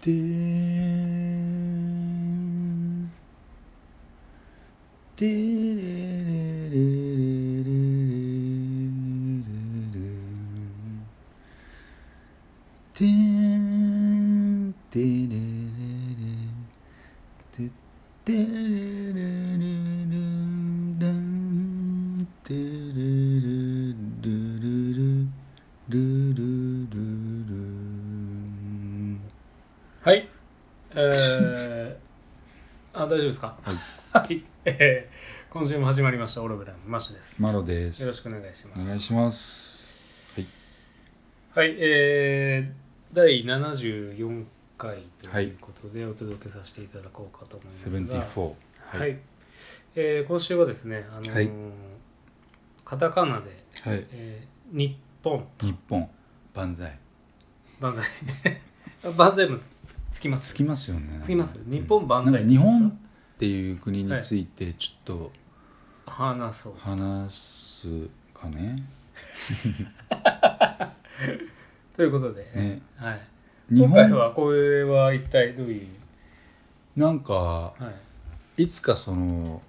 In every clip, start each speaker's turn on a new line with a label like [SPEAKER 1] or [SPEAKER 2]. [SPEAKER 1] でーでれれれれれれれれれでんでれれれででれれれれらんでれれれれれるるるる
[SPEAKER 2] はい。え ー、あ、大丈夫ですか
[SPEAKER 1] はい。
[SPEAKER 2] はい。えー今週も始まりました、オログラム、マシュです。
[SPEAKER 1] マロです
[SPEAKER 2] よろしくお願いします。
[SPEAKER 1] お願いしますはい
[SPEAKER 2] はい、えー、第74回ということでお届けさせていただこうかと思いますが、
[SPEAKER 1] 74
[SPEAKER 2] はい、
[SPEAKER 1] はい
[SPEAKER 2] えー今週はですね、あのー
[SPEAKER 1] はい
[SPEAKER 2] カタカナで、
[SPEAKER 1] はい
[SPEAKER 2] えー日本、
[SPEAKER 1] 日本万歳
[SPEAKER 2] 万歳。 万歳もつつきます。
[SPEAKER 1] つきますよね
[SPEAKER 2] つきます
[SPEAKER 1] うん
[SPEAKER 2] 日本万歳
[SPEAKER 1] なんか日本っていう国についてちょっと
[SPEAKER 2] 話そう。
[SPEAKER 1] 話すかね
[SPEAKER 2] ということで、
[SPEAKER 1] ね
[SPEAKER 2] はい、
[SPEAKER 1] 日
[SPEAKER 2] 今回
[SPEAKER 1] 本
[SPEAKER 2] はこれは一体どういう、
[SPEAKER 1] なんか
[SPEAKER 2] はい、
[SPEAKER 1] いつかその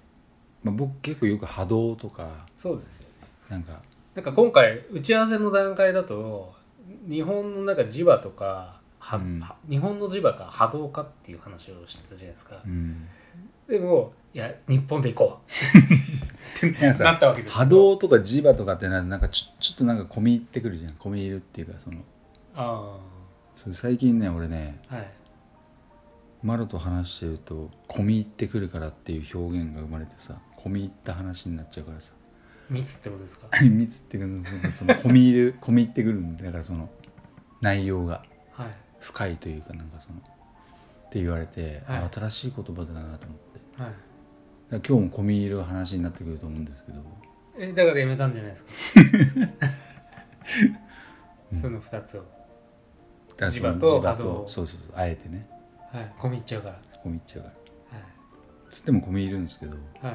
[SPEAKER 1] まあ僕結構よく波動とか
[SPEAKER 2] そうですよね。
[SPEAKER 1] なんか
[SPEAKER 2] なんか今回打ち合わせの段階だと日本のなんか磁場とか、は
[SPEAKER 1] うん
[SPEAKER 2] は日本の磁場か波動かっていう話をしてたじゃないですか
[SPEAKER 1] う、ん
[SPEAKER 2] でもいや日本で 行こ
[SPEAKER 1] なんか
[SPEAKER 2] う
[SPEAKER 1] さ
[SPEAKER 2] なったわけです
[SPEAKER 1] 波動とか磁場とかってななんかちょちょっとなんか込み入ってくるじゃん込み入るっていうかその
[SPEAKER 2] あ
[SPEAKER 1] そう最近ね俺ね
[SPEAKER 2] あはい
[SPEAKER 1] マロと話してると込み入ってくるからっていう表現が生まれてさ込み入った話になっちゃうからさ
[SPEAKER 2] 密ってことですか
[SPEAKER 1] 密っていうかそのその込み入 る込み入ってくるんだだからその内容が
[SPEAKER 2] はい
[SPEAKER 1] 深いというかなんかそのって言われて、あ
[SPEAKER 2] はい
[SPEAKER 1] 新しい言葉だなと思ってだ
[SPEAKER 2] はい
[SPEAKER 1] から今日も込み入る話になってくると思うんですけど
[SPEAKER 2] えだからやめたんじゃな いですか
[SPEAKER 1] うん
[SPEAKER 2] その2つを、
[SPEAKER 1] だからその
[SPEAKER 2] 磁場と
[SPEAKER 1] 磁場
[SPEAKER 2] 波動
[SPEAKER 1] そうそうそうあえてね
[SPEAKER 2] はい、込み入っちゃうからは
[SPEAKER 1] 込み入っちゃうからつっても込み入るんですけど
[SPEAKER 2] い、は
[SPEAKER 1] っ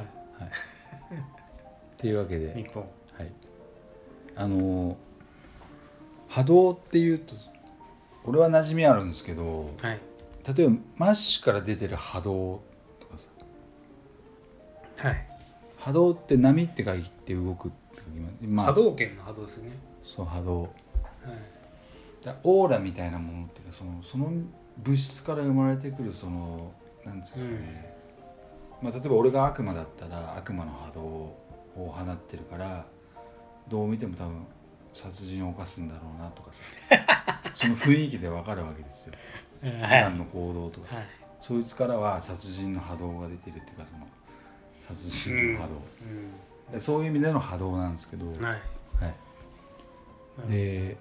[SPEAKER 1] ていうわけで、
[SPEAKER 2] い、日本
[SPEAKER 1] はい、あのー波動っていうと俺は馴染みあるんですけど
[SPEAKER 2] はい
[SPEAKER 1] 例えばマッシュから出てる波動とかさ
[SPEAKER 2] はい
[SPEAKER 1] 波動って波って書いて動くって書きますまあ
[SPEAKER 2] 波動圏の波動ですよね、
[SPEAKER 1] そう波動
[SPEAKER 2] はい、
[SPEAKER 1] だオーラみたいなものっていうかそのその物質から生まれてくるそのなんですかね、まあ、例えば俺が悪魔だったら悪魔の波動を放ってるからどう見ても多分殺人を犯すんだろうなとか さその雰囲気でわかるわけですよ
[SPEAKER 2] うん
[SPEAKER 1] 普
[SPEAKER 2] はい
[SPEAKER 1] 段の行動とか、
[SPEAKER 2] はい
[SPEAKER 1] そいつからは殺人の波動が出てるっていうかその殺人の波動、でそういう意味での波動なんですけど、
[SPEAKER 2] うんは
[SPEAKER 1] は
[SPEAKER 2] い
[SPEAKER 1] い、で、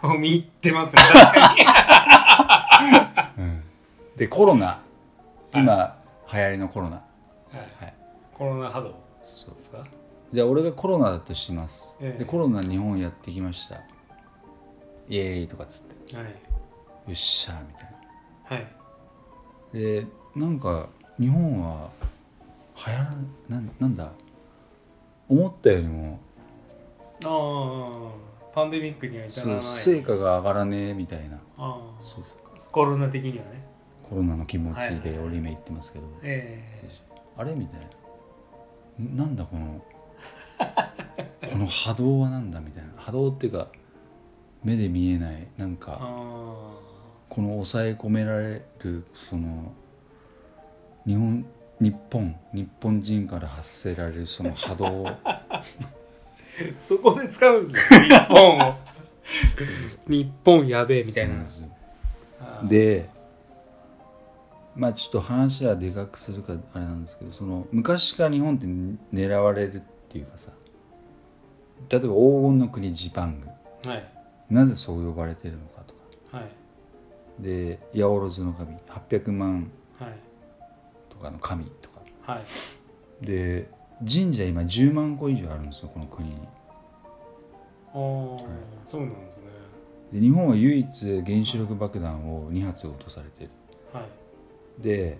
[SPEAKER 2] 込み入ってますね確かに
[SPEAKER 1] うんでコロナ今流行りのコロナ
[SPEAKER 2] はい
[SPEAKER 1] はい
[SPEAKER 2] コロナ波動
[SPEAKER 1] そう
[SPEAKER 2] ですか
[SPEAKER 1] じゃあ俺がコロナだとします、
[SPEAKER 2] ええ
[SPEAKER 1] でコロナ日本やってきましたイエーイとかっつってよ
[SPEAKER 2] はい
[SPEAKER 1] っしゃーみたいな
[SPEAKER 2] はい
[SPEAKER 1] でなんか日本は流行らなんなんだ思ったよりも
[SPEAKER 2] ああパンデミックには至ら
[SPEAKER 1] そ
[SPEAKER 2] な
[SPEAKER 1] う
[SPEAKER 2] い
[SPEAKER 1] 成果が上がらねえみたいな
[SPEAKER 2] ああ
[SPEAKER 1] そうそう
[SPEAKER 2] コロナ的にはね
[SPEAKER 1] コロナの気持ち
[SPEAKER 2] はいはい
[SPEAKER 1] で
[SPEAKER 2] はい
[SPEAKER 1] 俺今言ってますけど、
[SPEAKER 2] ええ
[SPEAKER 1] あれみたいななんだこのこの波動はなんだみたいな波動っていうか目で見えないなんか、
[SPEAKER 2] あ
[SPEAKER 1] この抑え込められるその日本日本日本人から発せられるその波動
[SPEAKER 2] あそこで使うんですね日本を 日本や べえみたい
[SPEAKER 1] なん
[SPEAKER 2] な
[SPEAKER 1] ですよ
[SPEAKER 2] ああ
[SPEAKER 1] でまあちょっと話はでかくするかあれなんですけどその昔から日本って狙われるっていうかさ例えば黄金の国ジパング
[SPEAKER 2] はい
[SPEAKER 1] なぜそう呼ばれてるのかとか
[SPEAKER 2] はい
[SPEAKER 1] で八百万の神800万
[SPEAKER 2] はい
[SPEAKER 1] とかの神とか
[SPEAKER 2] はい
[SPEAKER 1] で神社今10万個以上あるんですよこの国に。
[SPEAKER 2] ああそうなんですね
[SPEAKER 1] で日本は唯一原子力爆弾を2発落とされてる
[SPEAKER 2] はい
[SPEAKER 1] で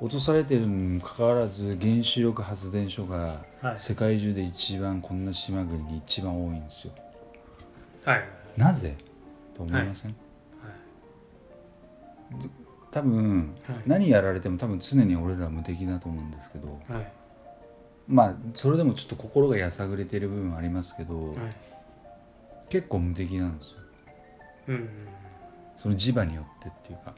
[SPEAKER 1] 落とされてるにもかかわらず原子力発電所が
[SPEAKER 2] はい
[SPEAKER 1] 世界中で一番こんな島国に一番多いんですよ
[SPEAKER 2] はいはい
[SPEAKER 1] なぜと思いません、
[SPEAKER 2] はい
[SPEAKER 1] 多分
[SPEAKER 2] はい
[SPEAKER 1] 何やられても多分常に俺らは無敵だと思うんですけど
[SPEAKER 2] はい
[SPEAKER 1] まあそれでもちょっと心がやさぐれてる部分はありますけど、
[SPEAKER 2] はい
[SPEAKER 1] 結構無敵なんですよ
[SPEAKER 2] うんうんうん
[SPEAKER 1] その磁場によってっていうか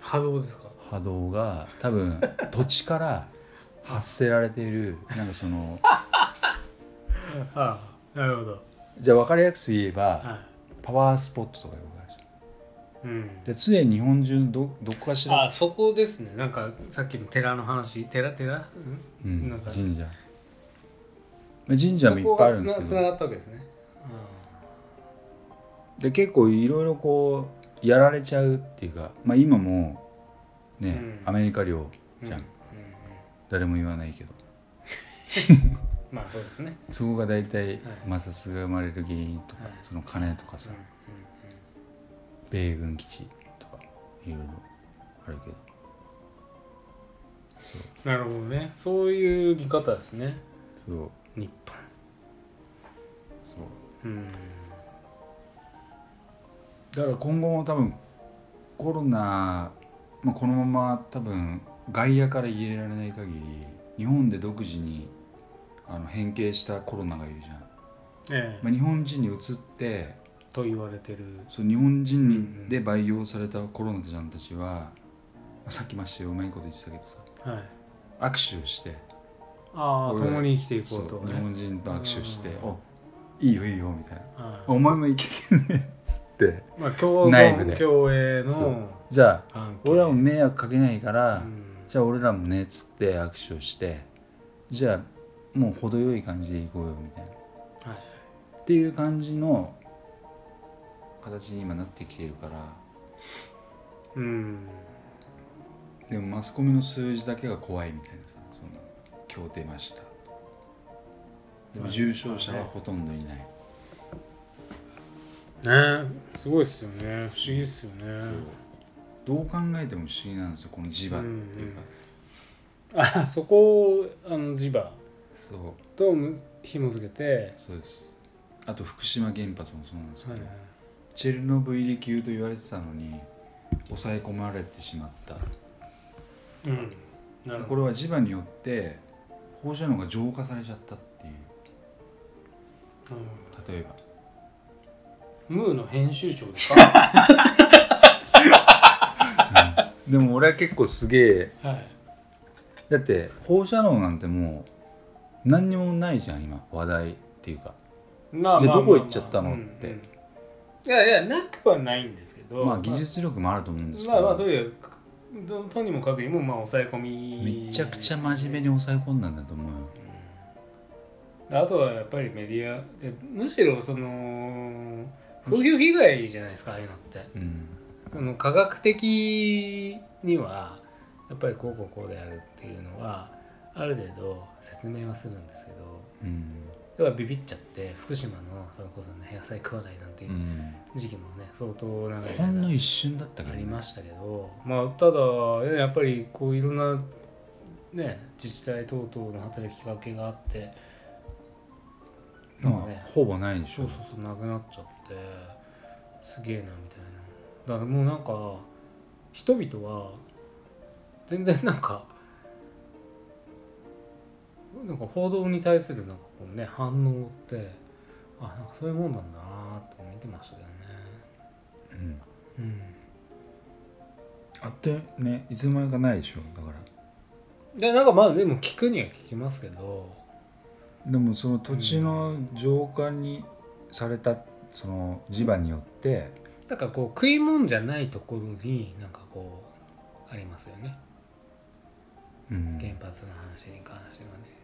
[SPEAKER 2] 波動ですか
[SPEAKER 1] 波動が多 分土地から発せられているなんかその
[SPEAKER 2] ああなるほど
[SPEAKER 1] じゃあ分かりやすく言えば
[SPEAKER 2] は
[SPEAKER 1] パワースポットとか呼ばれてる
[SPEAKER 2] いうん
[SPEAKER 1] で常に日本中のどどこかしら、
[SPEAKER 2] あそこですねなんかさっきの寺の話寺寺、うん、
[SPEAKER 1] うん
[SPEAKER 2] なんか
[SPEAKER 1] 神社神社もいっぱいあるん
[SPEAKER 2] そこが
[SPEAKER 1] です
[SPEAKER 2] つ
[SPEAKER 1] け
[SPEAKER 2] な
[SPEAKER 1] ど
[SPEAKER 2] がったわけですね
[SPEAKER 1] で結構いろいろこうやられちゃうっていうか、まあ、今もね、
[SPEAKER 2] うん
[SPEAKER 1] アメリカ領
[SPEAKER 2] うん
[SPEAKER 1] じゃん
[SPEAKER 2] うんうんうん
[SPEAKER 1] 誰も言わないけど
[SPEAKER 2] まあそうですね、
[SPEAKER 1] そこが大体摩擦が生まれる原因とか、
[SPEAKER 2] はい
[SPEAKER 1] その金とかさ、
[SPEAKER 2] うんうん
[SPEAKER 1] 米軍基地とかいろいろあるけど
[SPEAKER 2] うん、なるほどねそういう見方ですね
[SPEAKER 1] そう
[SPEAKER 2] 日本
[SPEAKER 1] そう
[SPEAKER 2] うん
[SPEAKER 1] だから今後も多分コロナ、まあ、このまま多分外野から入れられない限り日本で独自にあの変形したコロナがいるじゃん、
[SPEAKER 2] ええ
[SPEAKER 1] まあ、日本人に移って
[SPEAKER 2] と言われてる
[SPEAKER 1] そう日本人
[SPEAKER 2] うんう
[SPEAKER 1] に
[SPEAKER 2] ん
[SPEAKER 1] で培養されたコロナちゃんたちはさっきましてうまいこと言ってたけどさ
[SPEAKER 2] はい
[SPEAKER 1] 握手をして
[SPEAKER 2] ああ
[SPEAKER 1] 俺ら
[SPEAKER 2] 共に生きていこ
[SPEAKER 1] そう
[SPEAKER 2] うと
[SPEAKER 1] 日
[SPEAKER 2] ね
[SPEAKER 1] 本人と握手して「
[SPEAKER 2] うん
[SPEAKER 1] おいいよいいよ」みたいな「
[SPEAKER 2] はい
[SPEAKER 1] お前もいけてるね」っつって
[SPEAKER 2] まあ共
[SPEAKER 1] 内部
[SPEAKER 2] 存
[SPEAKER 1] で
[SPEAKER 2] 共栄
[SPEAKER 1] そう
[SPEAKER 2] の
[SPEAKER 1] じゃあ
[SPEAKER 2] 関係
[SPEAKER 1] 俺らも迷惑かけないか
[SPEAKER 2] う
[SPEAKER 1] ら、
[SPEAKER 2] ん
[SPEAKER 1] じゃあ俺らもねっつって握手をしてじゃあもう程よい感じで行こうよみたいな、
[SPEAKER 2] はい
[SPEAKER 1] っていう感じの形に今なってきてるから
[SPEAKER 2] うん
[SPEAKER 1] でもマスコミの数字だけが怖いみたいなさその今日出ましたでも重症者はほとんどいない、
[SPEAKER 2] ねすごいですよね不思議ですよね
[SPEAKER 1] そうどう考えても不思議なんですよこの磁場っていうか、
[SPEAKER 2] あ そこをあの磁場
[SPEAKER 1] そう
[SPEAKER 2] とむ紐付けて、
[SPEAKER 1] そうですあと福島原発もそうなんですけど、
[SPEAKER 2] はい
[SPEAKER 1] チェルノブイリ級と言われてたのに抑え込まれてしまった
[SPEAKER 2] うん、なる
[SPEAKER 1] こ
[SPEAKER 2] ほど
[SPEAKER 1] れは磁場によって放射能が浄化されちゃったっていう例えば
[SPEAKER 2] ムーの編集長ですか
[SPEAKER 1] でも俺は結構すげえ
[SPEAKER 2] はい
[SPEAKER 1] だって放射能なんてもう何にもないじゃん今話題っていうか
[SPEAKER 2] ま
[SPEAKER 1] じゃあどこ行っちゃったの
[SPEAKER 2] うんうん
[SPEAKER 1] って
[SPEAKER 2] いやいやなくはないんですけど
[SPEAKER 1] まあ技術力もあると思うんですけ
[SPEAKER 2] まあまあと
[SPEAKER 1] ど
[SPEAKER 2] にかくどとにもかくにもまあ抑え込み
[SPEAKER 1] めちゃくちゃ真面目に抑え込んだんだと思うよ
[SPEAKER 2] あとはやっぱりメディアでむしろその風評被害じゃないですかああいうのって
[SPEAKER 1] うん
[SPEAKER 2] その科学的にはやっぱりこうこうこうであるっていうのはある程度説明はするんですけど
[SPEAKER 1] うん
[SPEAKER 2] やっぱビビっちゃって福島のそれこそね野菜食わないなんて
[SPEAKER 1] う
[SPEAKER 2] いうん時期もね相当長い
[SPEAKER 1] ほんの
[SPEAKER 2] 間
[SPEAKER 1] 一瞬だったけ
[SPEAKER 2] あ
[SPEAKER 1] ど
[SPEAKER 2] り
[SPEAKER 1] ね
[SPEAKER 2] ましたけどまあただねやっぱりこういろんなね自治体等々の働きかけがあって
[SPEAKER 1] まあほぼないでし
[SPEAKER 2] そう
[SPEAKER 1] ょ
[SPEAKER 2] そうそうなくなっちゃってすげえなみたいなだからもうなんか人々は全然なんかなんか報道に対するなんかこうね反応ってあなんかそういうもんなんだなと見てましたけどね
[SPEAKER 1] うん
[SPEAKER 2] うん
[SPEAKER 1] あってねいつの間にかないでしょだから
[SPEAKER 2] でなんかまあでも聞くには聞きますけど
[SPEAKER 1] でもその土地の浄化にされたその磁場によって
[SPEAKER 2] なんかこう食い物じゃないところになんかこうありますよね
[SPEAKER 1] うん
[SPEAKER 2] 原発の話に関してはね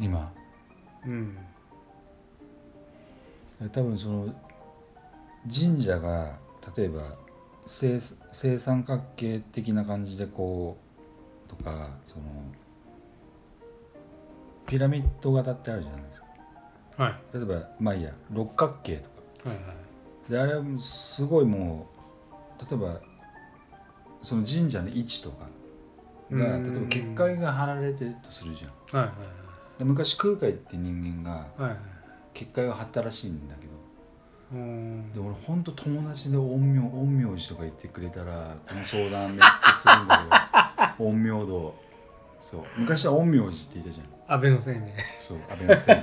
[SPEAKER 1] 今
[SPEAKER 2] うん
[SPEAKER 1] 多分その神社が例えば正正三角形的な感じでこうとかそのピラミッド型ってあるじゃないですか
[SPEAKER 2] はい
[SPEAKER 1] 例えばまあいいや六角形とか
[SPEAKER 2] はいはい
[SPEAKER 1] であれはもうすごいもう例えばその神社の位置とかが例え
[SPEAKER 2] うん
[SPEAKER 1] ば結界が張られてるとするじゃん
[SPEAKER 2] はいはい
[SPEAKER 1] で昔空海って人間が
[SPEAKER 2] はいはいはい
[SPEAKER 1] 結界を張ったらしいんだけど
[SPEAKER 2] うーんうん
[SPEAKER 1] で俺ほんと友達で陰陽陰陽師とか言ってくれたらこの相談めっちゃするんだけど 陰陽道そう昔は陰陽師って言ったじゃん
[SPEAKER 2] 安倍のせいね
[SPEAKER 1] そう安倍のせいに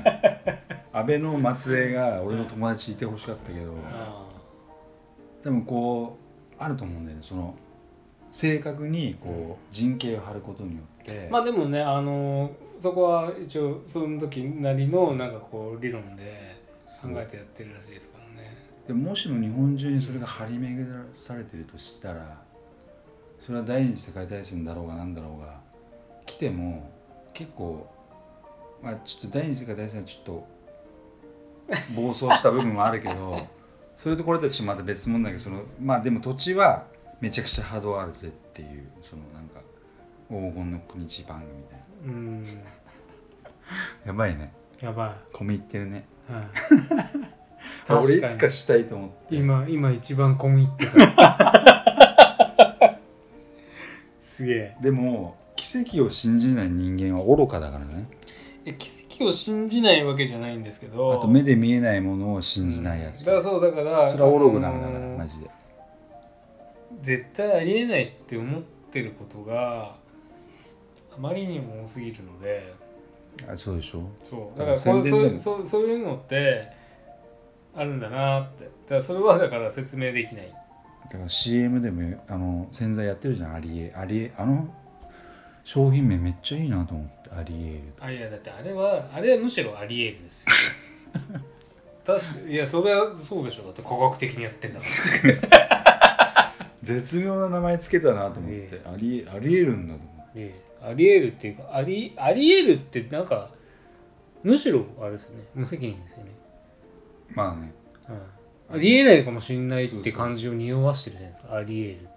[SPEAKER 1] 安倍の末裔が俺の友達いてほしかったけど
[SPEAKER 2] あ
[SPEAKER 1] でもこうあると思うんだよねその正確にこう人形を張ることによって、
[SPEAKER 2] ーまあでもねあのそこは一応その時なりのなんかこう理論で考えてやってるらしいですからね
[SPEAKER 1] でもしも日本中にそれが張り巡らされてるとしたらそれは第二次世界大戦だろうが何だろうが来ても結構まあちょっと第二次世界大戦はちょっと暴走した部分もあるけ どそれとこれとはちょっとまた別物だけどそのまあでも土地はめちゃくちゃ波動あるぜっていうそのなんか黄金の国一番みたいな
[SPEAKER 2] うん
[SPEAKER 1] やばいね
[SPEAKER 2] やばい、
[SPEAKER 1] 込み入ってるね、
[SPEAKER 2] はい
[SPEAKER 1] 俺いつかしたいと思って
[SPEAKER 2] 今今一番込み入 ってたすげえ
[SPEAKER 1] でも奇跡を信じない人間は愚かだからね
[SPEAKER 2] いや奇跡を信じないわけじゃないんですけど
[SPEAKER 1] あと目で見えないものを信じないやつ、
[SPEAKER 2] だからそうだから
[SPEAKER 1] それはオログなのだか
[SPEAKER 2] あ
[SPEAKER 1] ら
[SPEAKER 2] のー
[SPEAKER 1] マジで
[SPEAKER 2] 絶対ありえないって思ってることがあまりにも多すぎるので
[SPEAKER 1] あそうでしょ
[SPEAKER 2] そう
[SPEAKER 1] だ
[SPEAKER 2] だ
[SPEAKER 1] か
[SPEAKER 2] からら
[SPEAKER 1] 宣
[SPEAKER 2] これ
[SPEAKER 1] 伝
[SPEAKER 2] そう
[SPEAKER 1] で
[SPEAKER 2] い
[SPEAKER 1] も
[SPEAKER 2] うそうそういうのってあるんだなってだからそれはだから説明できない
[SPEAKER 1] だから CM でもあの洗剤やってるじゃんアリエアリエあの商品名めっちゃいいなと思ってアリエール
[SPEAKER 2] あいやだってあれはあれはむしろありえるですよ 確かいやそれはそうでしょだって科学的にやってんだか
[SPEAKER 1] 絶妙な名前つけたなと思ってアリエありえるんだと思っ
[SPEAKER 2] らねありえるっていうかありありえるってなんかむしろあれですよね無責任ですよね
[SPEAKER 1] てまあね
[SPEAKER 2] うんありえないかもしれないって感じを匂わしてるじゃないですかありえるって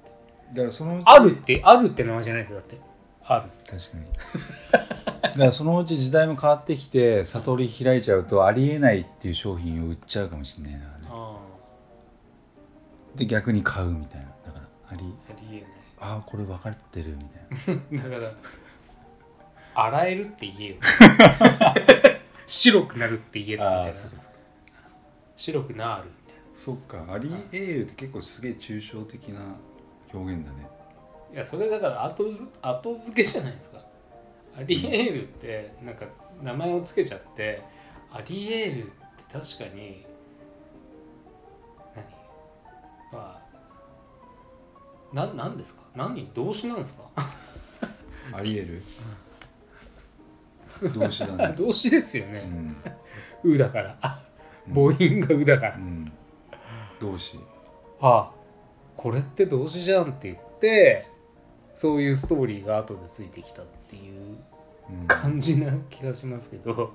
[SPEAKER 1] だからそのうち
[SPEAKER 2] あるってあるって名前じゃないですよだってある
[SPEAKER 1] 確かにだからそのうち時代も変わってきて悟り開いちゃうとありえないっていう商品を売っちゃうかもしれないな、
[SPEAKER 2] あ
[SPEAKER 1] で逆に買うみたいなだからあり
[SPEAKER 2] あり
[SPEAKER 1] ああこれ分かってるみたいな
[SPEAKER 2] えない だから洗えるって言えよ 白くなるって言えたみたいな白くなるみたい
[SPEAKER 1] そっかアリエールって結構すげえ抽象的な表現だね
[SPEAKER 2] ないやそれだから後ず後付けじゃないですかありえるってなんか名前を付けちゃってありえるって確かに何まあな何ですか何動詞なんですか
[SPEAKER 1] アリエ ール動詞だね
[SPEAKER 2] 動詞ですよ
[SPEAKER 1] う
[SPEAKER 2] ね。
[SPEAKER 1] ん、
[SPEAKER 2] うだから。母音がうだから。
[SPEAKER 1] うん、動詞
[SPEAKER 2] あこれって動詞じゃんって言って、そういうストーリーが後でついてきたっていう
[SPEAKER 1] うん
[SPEAKER 2] 感じな気がしますけど。
[SPEAKER 1] うんうん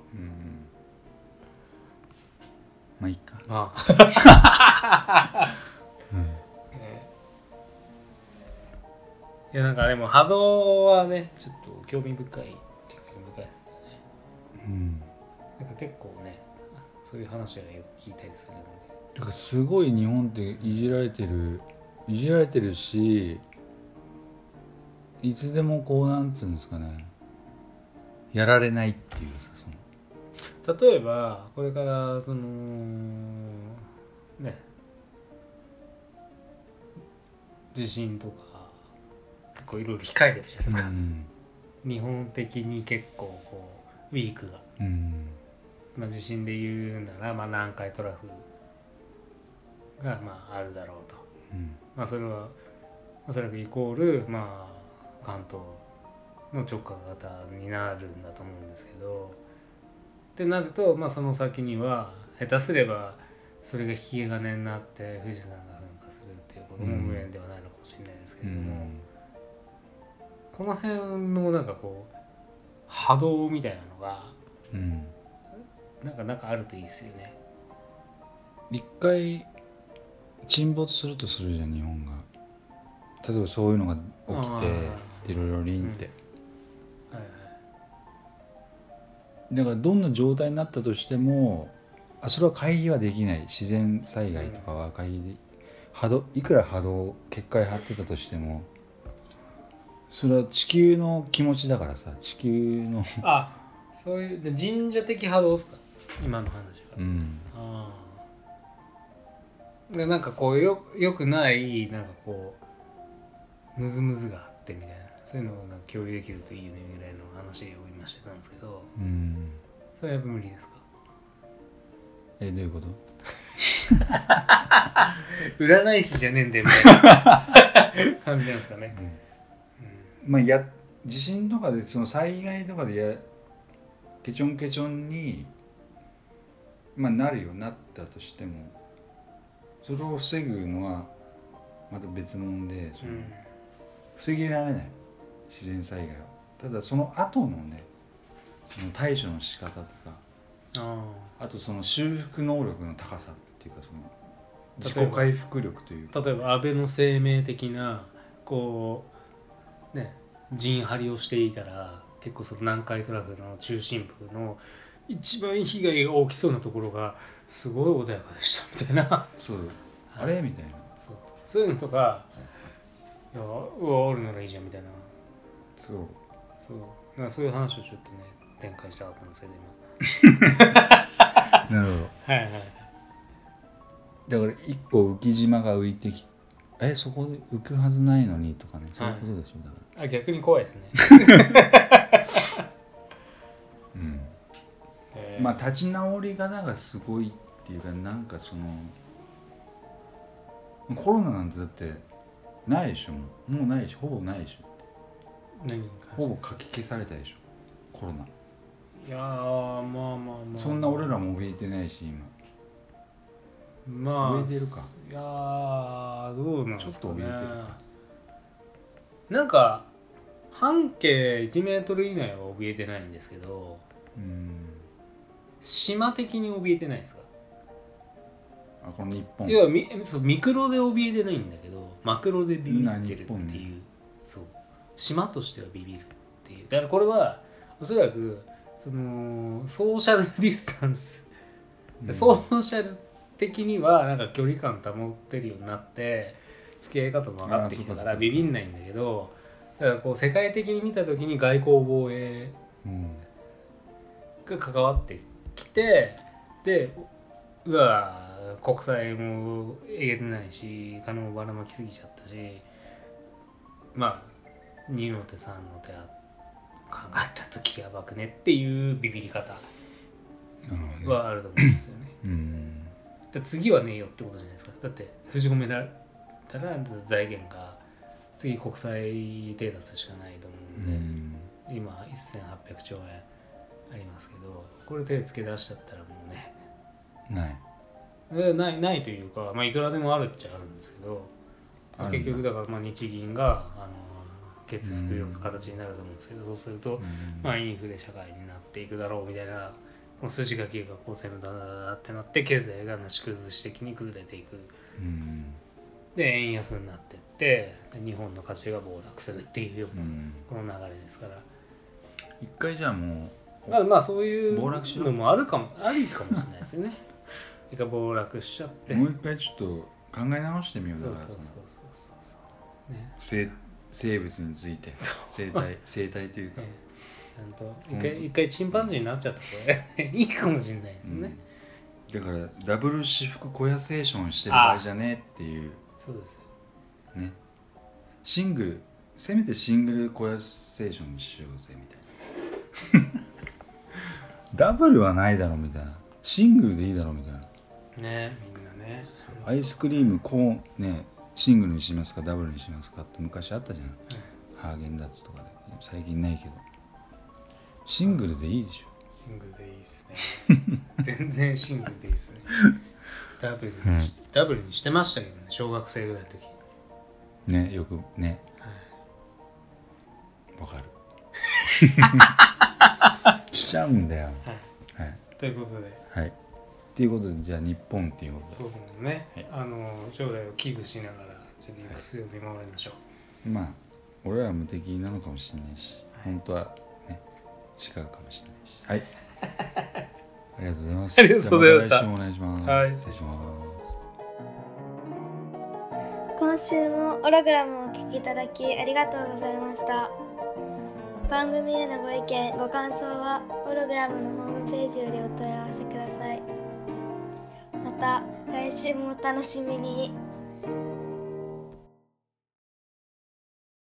[SPEAKER 1] まあいいか、
[SPEAKER 2] まあ。
[SPEAKER 1] うん
[SPEAKER 2] ねいやなんかでも波動はね、ちょっと興味深い。興味深いですね。
[SPEAKER 1] うん、
[SPEAKER 2] なんか結構ね、そういう話はよく聞いたりするので。
[SPEAKER 1] だからすごい日本っていじられてるいじられてるしいつでもこうなんていうんですかねやられないっていうさその
[SPEAKER 2] 例えばこれからそのね地震とか結構いろいろ控えてるじゃないですか、
[SPEAKER 1] うん
[SPEAKER 2] 日本的に結構こうウィークが、
[SPEAKER 1] うん
[SPEAKER 2] まあ、地震で言うなら、まあ、南海トラフがまああるだろうと、
[SPEAKER 1] うん
[SPEAKER 2] まあ、それはおそらくイコール、まあ、関東の直下型になるんだと思うんですけどってなると、まあ、その先には下手すればそれが引き金になって富士山が噴火するっていうことも
[SPEAKER 1] うん
[SPEAKER 2] 無縁ではないのかもしれないですけ
[SPEAKER 1] う
[SPEAKER 2] れども、
[SPEAKER 1] ん
[SPEAKER 2] この辺のなんかこう波動みたいなのが
[SPEAKER 1] うん
[SPEAKER 2] なんかなんかあるといいですよね。
[SPEAKER 1] 一回沈没するとするじゃん日本が例えばそういうのが起き
[SPEAKER 2] あ
[SPEAKER 1] ていろいろリンって、
[SPEAKER 2] はいはい
[SPEAKER 1] だからどんな状態になったとしてもあそれは回避はできない自然災害とかは回避で波動いくら波動結界張ってたとしてもそれは地球の気持ちだからさ地球の、
[SPEAKER 2] あそういうで神社的波動ですか今の話は。
[SPEAKER 1] うん、
[SPEAKER 2] ああでなんかこうよよくないなんかこうムズムズがあってみたいなそういうのをなんか共有できるといいよねぐらいの話を今してたんですけど
[SPEAKER 1] うん
[SPEAKER 2] それはやっぱ無理ですか
[SPEAKER 1] えどういうこと
[SPEAKER 2] 占い師じゃねえんだよみたいな 感じなんですかね、
[SPEAKER 1] まあ、や地震とかでその災害とかでやケチョンケチョンに、まあ、なるよなったとしてもそれを防ぐのはまた別のもんでそ
[SPEAKER 2] うん
[SPEAKER 1] の
[SPEAKER 2] うん
[SPEAKER 1] 防げられない自然災害はただその後のねその対処の仕方とか
[SPEAKER 2] あ
[SPEAKER 1] あとその修復能力の高さっていうかその自
[SPEAKER 2] 例え
[SPEAKER 1] 己
[SPEAKER 2] ば
[SPEAKER 1] 回復力というか
[SPEAKER 2] あ例えば安倍の生命的なこうね陣張りをしていたら結構その南海トラフの中心部の一番被害が大きそうなところがすごい穏やかでしたみたいな
[SPEAKER 1] そうあれみたいな
[SPEAKER 2] そうそういうのとかいやうわおるならいいじゃんみたいな
[SPEAKER 1] そう
[SPEAKER 2] そうなんかそういう話をちょっとね展開したかったんですけど
[SPEAKER 1] なるほど
[SPEAKER 2] 今はいはい
[SPEAKER 1] だから一個浮島が浮いてきえそこで浮くはずないのにとかねそういうことでしょ、だか
[SPEAKER 2] あ逆に怖 いですね、
[SPEAKER 1] ら、うん
[SPEAKER 2] えー
[SPEAKER 1] まあ立ち直り方がすごいっていうかなんかそのコロナなんてだってないでしょもうもうないでしょほぼないでしょ
[SPEAKER 2] 何に関
[SPEAKER 1] ほ
[SPEAKER 2] して
[SPEAKER 1] ぼ
[SPEAKER 2] です
[SPEAKER 1] か
[SPEAKER 2] か
[SPEAKER 1] き消されたでしょコロナ
[SPEAKER 2] いやーまあまあまあ
[SPEAKER 1] そんな俺らも怯えてないし今
[SPEAKER 2] まあ
[SPEAKER 1] 怯えてるか
[SPEAKER 2] いやーどうなんですかね
[SPEAKER 1] ちょっと怯えてるか
[SPEAKER 2] なんか半径1メートル以内は怯えてないんですけど
[SPEAKER 1] うん
[SPEAKER 2] 島的に怯えてないですか、
[SPEAKER 1] あこの日本
[SPEAKER 2] 要はみそうミクロで怯えてないんだけどマクロでビビってるって
[SPEAKER 1] な日
[SPEAKER 2] い
[SPEAKER 1] 本
[SPEAKER 2] う、そう島としてはビビるっていうだからこれはおそらくそのソーシャルディスタンス
[SPEAKER 1] うん
[SPEAKER 2] ソーシャル的にはなんか距離感保ってるようになって付き合い方も分かってきたか
[SPEAKER 1] あーそうかそう
[SPEAKER 2] ら
[SPEAKER 1] か
[SPEAKER 2] ビビんないんだけどだからこう世界的に見た時に外交防衛
[SPEAKER 1] うん
[SPEAKER 2] が関わってきてでうわー国際もえげてないし金もばらまきすぎちゃったしまあ2の手3の手あ考えた時やばくねっていうビビり方
[SPEAKER 1] なるほどね
[SPEAKER 2] はあると思うんですよね。
[SPEAKER 1] うん
[SPEAKER 2] だから次はねえよってことじゃないですかだって封じ込められたら財源が次国際データスしかないと思
[SPEAKER 1] う
[SPEAKER 2] うんで、
[SPEAKER 1] ん
[SPEAKER 2] 今1800兆円ありますけどこれ手つけ出しちゃったらもうね
[SPEAKER 1] ない
[SPEAKER 2] でないないというか、まあ、いくらでもあるっちゃあるんですけど
[SPEAKER 1] あるんだ
[SPEAKER 2] 結局だからまあ日銀があの血服用の形になると思うんですけど、そうすると、
[SPEAKER 1] うん
[SPEAKER 2] まあ、インフレ社会になっていくだろうみたいなこの筋書きがこうせのだだだだってなって経済がなし崩し的に崩れていく
[SPEAKER 1] うん
[SPEAKER 2] で円安になってってで日本の価値が暴落するっていうよ
[SPEAKER 1] う
[SPEAKER 2] うなんこの流れですから
[SPEAKER 1] 一回じゃあも
[SPEAKER 2] だからまあそういう
[SPEAKER 1] 暴落しろ
[SPEAKER 2] のもあるかもありかもしれないですよね 一回暴落しちゃって
[SPEAKER 1] うもう一回ちょっと考え直してみよう
[SPEAKER 2] そ
[SPEAKER 1] だ
[SPEAKER 2] う
[SPEAKER 1] か
[SPEAKER 2] そう
[SPEAKER 1] ら
[SPEAKER 2] そう
[SPEAKER 1] その
[SPEAKER 2] そうそうそうね
[SPEAKER 1] 生生物について
[SPEAKER 2] そう
[SPEAKER 1] 生 態生態というか
[SPEAKER 2] え、えちゃんと一回一回チンパンジーになっちゃったこれ いいかもしれないです
[SPEAKER 1] うん
[SPEAKER 2] ね、
[SPEAKER 1] だからダブル私服コヤセーションしてる場合じゃねえっていう
[SPEAKER 2] そうですよ
[SPEAKER 1] ねシングルせめてシングルコヤセーションにしようぜみたい なダブルはないだろみたいなシングルでいいだろみたいな
[SPEAKER 2] ねみんなね
[SPEAKER 1] アイスクリームコーンねシングルにしますかダブルにしますかって昔あったじゃん、ハーゲンダッツとかで最近ないけどシングルでいいでしょ
[SPEAKER 2] シングルでいいっす ね全然シングルでいいっすねダブルにし、ダブルにしてましたけどね小学生ぐらいの時
[SPEAKER 1] ねよくねわ かるしちゃうんだよ
[SPEAKER 2] はい
[SPEAKER 1] はい、
[SPEAKER 2] ということで
[SPEAKER 1] はい、っていうことでじゃあ日本っていうことで
[SPEAKER 2] 僕もね、
[SPEAKER 1] はい
[SPEAKER 2] あの将来を危惧しながらちょっと行く末を見守りましょう、
[SPEAKER 1] まあ俺らは無敵なのかもしれないし、
[SPEAKER 2] はい
[SPEAKER 1] 本当はね違うかもしれないし はいありがとうございます
[SPEAKER 2] ありがとうございました
[SPEAKER 1] じゃあた来週もお願いします、
[SPEAKER 2] はい
[SPEAKER 1] 失礼します
[SPEAKER 3] 今週もオログラムをお聞きいただきありがとうございました番組へのご意見ご感想はオログラムのホームページよりお問い合わせくださいまた来来週もお楽しみに